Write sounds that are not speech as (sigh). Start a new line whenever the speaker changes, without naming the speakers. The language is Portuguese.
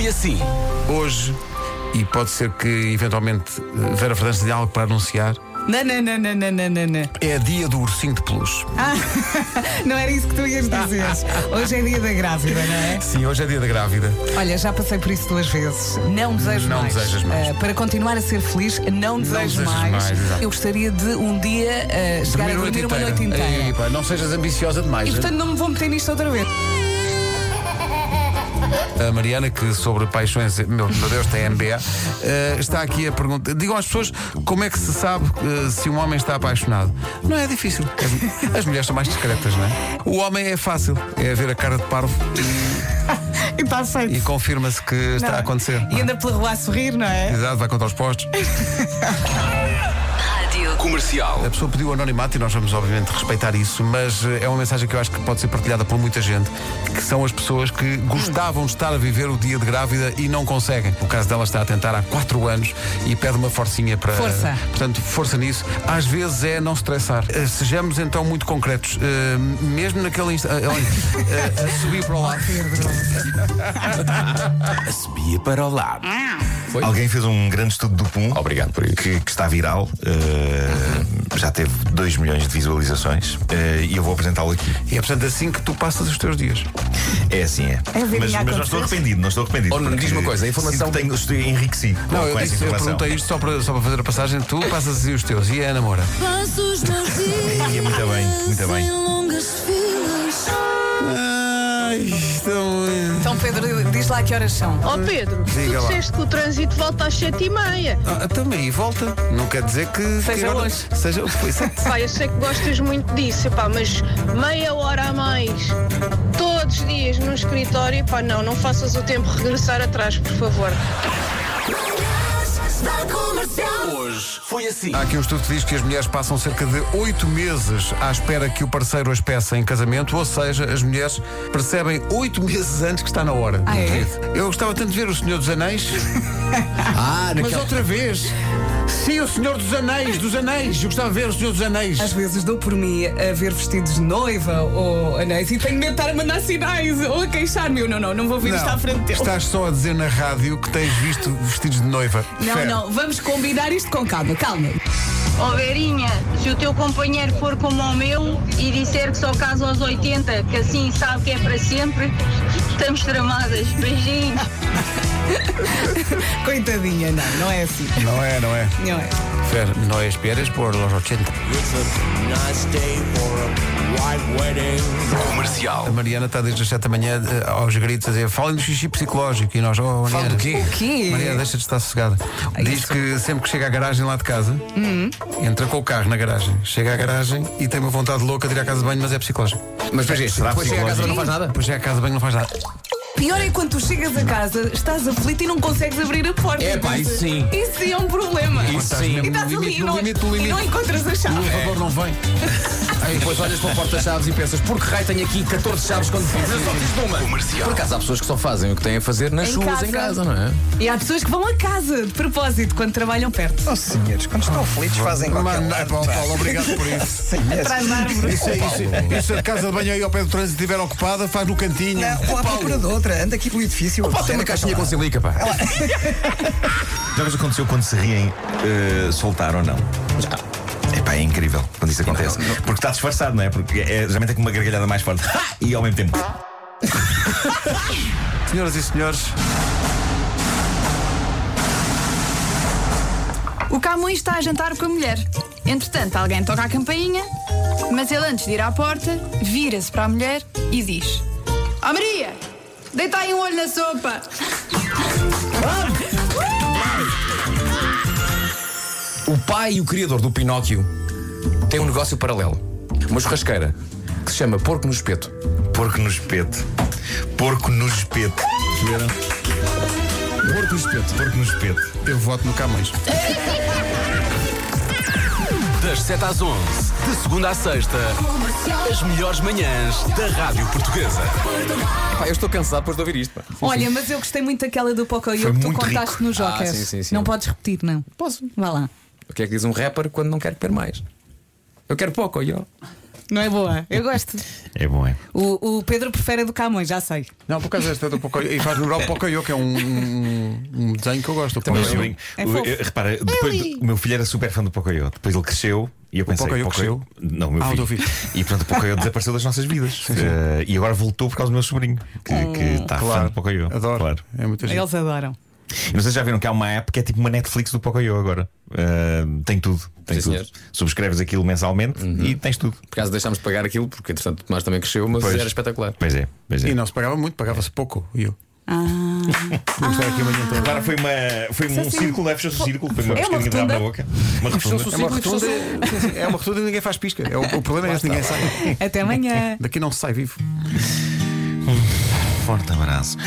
E assim,
hoje, e pode ser que eventualmente eh, Vera Fernandes tenha algo para anunciar,
Não, não, não, não, não, não, não, não.
é dia do ursinho de peluche.
Não era isso que tu
Ah,
ias dizer. Hoje é dia da grávida, não
(laughs)
é?
Sim, hoje é dia da grávida.
Olha, já passei por isso duas vezes. Não desejo
Não
mais.
desejas mais.
Ah, para continuar a ser feliz, não desejo
desejas
mais.
mais, exato.
Eu gostaria de um dia ah, chegar a dormir uma noite inteira.
Ei, pá, não sejas ambiciosa demais.
E portanto não me vou meter nisto outra vez.
A Mariana, que sobre paixões, meu, meu Deus, tem MBA, eh, está aqui a perguntar. Digam às pessoas como é que se sabe eh, se um homem está apaixonado. Não é difícil. As, as mulheres são mais discretas, não é? O homem é fácil. É ver a cara de parvo
E está feito.
e confirma-se que está
Não.
a acontecer.
E anda pela rua a sorrir, não é?
Exato, vai contra os postos.
Rádio.
comercial.
A pessoa pediu anonimato e nós vamos, obviamente, respeitar isso, mas eh, é uma mensagem que eu acho que pode ser partilhada por muita gente, que são as pessoas que gostavam de estar a viver o dia de grávida e não conseguem. O caso dela está a tentar há 4 anos e pede uma forcinha para.
Força.
Portanto, força nisso. Às vezes é não estressar. Eh, Sejamos então muito concretos. Eh, Mesmo naquele eh, instante. A subir eh, para o lado.
Subia para o lado.
Alguém fez um grande estudo do Pum. Obrigado por isso. Que, que está viral. eh, Já teve 2 milhões de visualizações. eh, e eu vou apresentá-lo aqui.
E é, portanto, assim que tu passas os teus dias.
É assim, é.
É ver minha
mas mas não
acontecer.
estou arrependido, não estou arrependido.
Oh, Nuno,
porque
diz uma coisa, a informação-
sinto que Tenho, estou enriqueci com,
Não,
com
eu,
essa
disse, eu
informação.
perguntei isto só para, só para fazer a passagem. Tu passas assim os teus. E é a namora?
Passo os meus dias
Ia é muito bem, muito bem.
em longas filas.
Ai, estão.
Então, Pedro, diz lá que horas são.
Ó Pedro,
Diga lá.
tu disseste que o trânsito volta às sete e meia.
Ah, também, volta. Não quer dizer que.
Seja
que agora-
hoje. (laughs)
Seja é. hoje.
Pá, eu sei que gostas muito disso, pá, mas meia hora a mais, todos os dias no escritório, pá, não, não faças o tempo regressar atrás, por favor.
Manhãs da comercial.
Hoje foi assim.
Há aqui um estudo que diz que as mulheres passam cerca de oito meses à espera que o parceiro as peça em casamento, ou seja, as mulheres percebem oito meses antes que está na hora.
Ah, é?
Eu gostava tanto de ver o Senhor dos
(laughs)
Anéis,
Ah,
mas
naquela.
outra vez. Sim, o Senhor dos Anéis, dos Anéis. Eu gostava de ver o Senhor dos Anéis.
Às vezes dou por mim a ver vestidos de noiva ou anéis e tenho medo de estar a mandar sinais ou a queixar-me. Eu, não, não, não vou vir isto à frente dele.
Estás só a dizer na rádio que tens visto vestidos de noiva.
Não,
Fer.
não, vamos combinar isto com calma, calma.
Ó Verinha, se o teu companheiro for como o meu e disser que só casa aos 80, que assim sabe que é para sempre, estamos tramadas. Beijinhos.
Coitadinha, não, não é assim.
Não é, não é.
Não é.
Fer, não esperas por los 80.
Comercial.
A Mariana está desde as 7 da manhã eh, aos gritos a dizer falem do xixi psicológico e nós, oh, Mariana,
Fala do quê?
O quê?
Mariana, deixa de estar sossegada. Diz que sempre que chega à garagem lá de casa,
Uhum.
entra com o carro na garagem, chega à garagem e tem uma vontade louca de ir à casa de banho, mas é psicológico.
Mas veja isto,
Será
depois chega a casa e não faz nada.
Depois chega à casa de banho não faz nada.
Pior é quando tu chegas a casa, estás aflito e não consegues abrir a porta.
É, pá, isso sim.
Isso sim é um problema.
Isso
Estás
sim.
E
mesmo
estás
no
ali
limite,
e não, é?
no limite, no
e não é.
limite.
encontras a
O
É.
chave.
elevador não vem.
Aí depois olhas para a porta-chaves e pensas, por que raio tenho aqui 14 chaves quando fiz? Eu só fiz uma. Por acaso há pessoas que só fazem o que têm a fazer nas
Em
suas
casa.
em casa, não é?
E há pessoas que vão a casa de propósito quando trabalham perto.
Oh, senhores, quando estão felizes fazem qualquer
Mano, é,
lado.
Paulo, Paulo, obrigado por isso.
(laughs)
Senhores.
Atrás da árvore.
Isso, é, isso, isso é a casa de banho aí ao pé do trânsito estiver ocupada, faz no cantinho.
Não, ou à procura de outra, anda aqui pelo edifício.
Bota uma caixinha com silica, pá.
Já vos aconteceu quando se riem eh, soltar ou não? Já. Epá, é incrível quando isso acontece. Porque está disfarçado, não é? Porque é, geralmente é com uma gargalhada mais forte. (laughs) E ao mesmo tempo.
Senhoras e senhores,
O Camões está a jantar com a mulher. Entretanto, alguém toca a campainha, mas ele, antes de ir à porta, vira-se para a mulher e diz: Ó Maria, deita aí um olho na sopa.
O pai e o criador do Pinóquio têm um negócio paralelo. Uma churrasqueira que se chama Porco no Espeto.
Porco no espeto. Porco no espeto. Perceberam?
Porco no Espeto.
Porco no espeto.
eu voto no Camões.
Das 7 às 11, de segunda à sexta, as melhores manhãs da Rádio Portuguesa.
Pá, eu estou cansado depois de ouvir isto, pá.
Olha, mas eu gostei muito daquela do Pocoyo
Foi
que tu
muito
contaste
rico.
no Joker.
Ah, sim, sim, sim.
Não podes repetir, não.
Posso?
Vá lá.
O que é que diz um rapper quando não quer comer mais? Eu quero pouco, ó.
Não é boa? Eu gosto.
É bom, é?
O, o Pedro prefere a do Camões, já sei.
Não, por causa desta do Pocoyo. E faz lembrar o Pocoyo, que é um, um- um desenho que eu gosto.
Também
Pocoyo.
brinco.
É
O-
fofo.
eu- repara, depois do- o meu filho era super fã do Pocoyo. Depois ele cresceu e eu pensei.
Pocoyo
Não, o meu
Ah, o
filho.
teu filho.
E pronto, o
(laughs)
Pocoyo desapareceu das nossas vidas. Eh, e agora voltou por causa do meu sobrinho, que, que está fã
Claro,
do Pocoyo.
adoro.
Claro.
É muito giro.
Eles adoram.
E não sei se já viram que há uma app que é tipo uma Netflix do Pocoyo agora. Eh, tem tudo. Tem
Sim,
tudo.
senhor.
Subscreves aquilo mensalmente
Uhum.
e tens tudo.
Por acaso deixámos de pagar aquilo, porque entretanto o Tomás também cresceu, mas
Pois.
era espetacular.
Pois é, pois é.
E não se pagava muito, pagava-se pouco. E eu. Ah. aqui amanhã toda.
Agora foi, uma, foi um círculo, é, fechou-se o círculo, foi uma
É uma
pescadinha de rabo na
rotunda.
boca. Uma
Fechou-se o
rotunda.
É uma
círculo e
rotunda,
fechou-se.
sim, sim, é uma rotunda e ninguém faz pisca. É o, o problema é esse, ninguém sai.
Até amanhã.
Daqui não se sai vivo.
É um Forte abraço.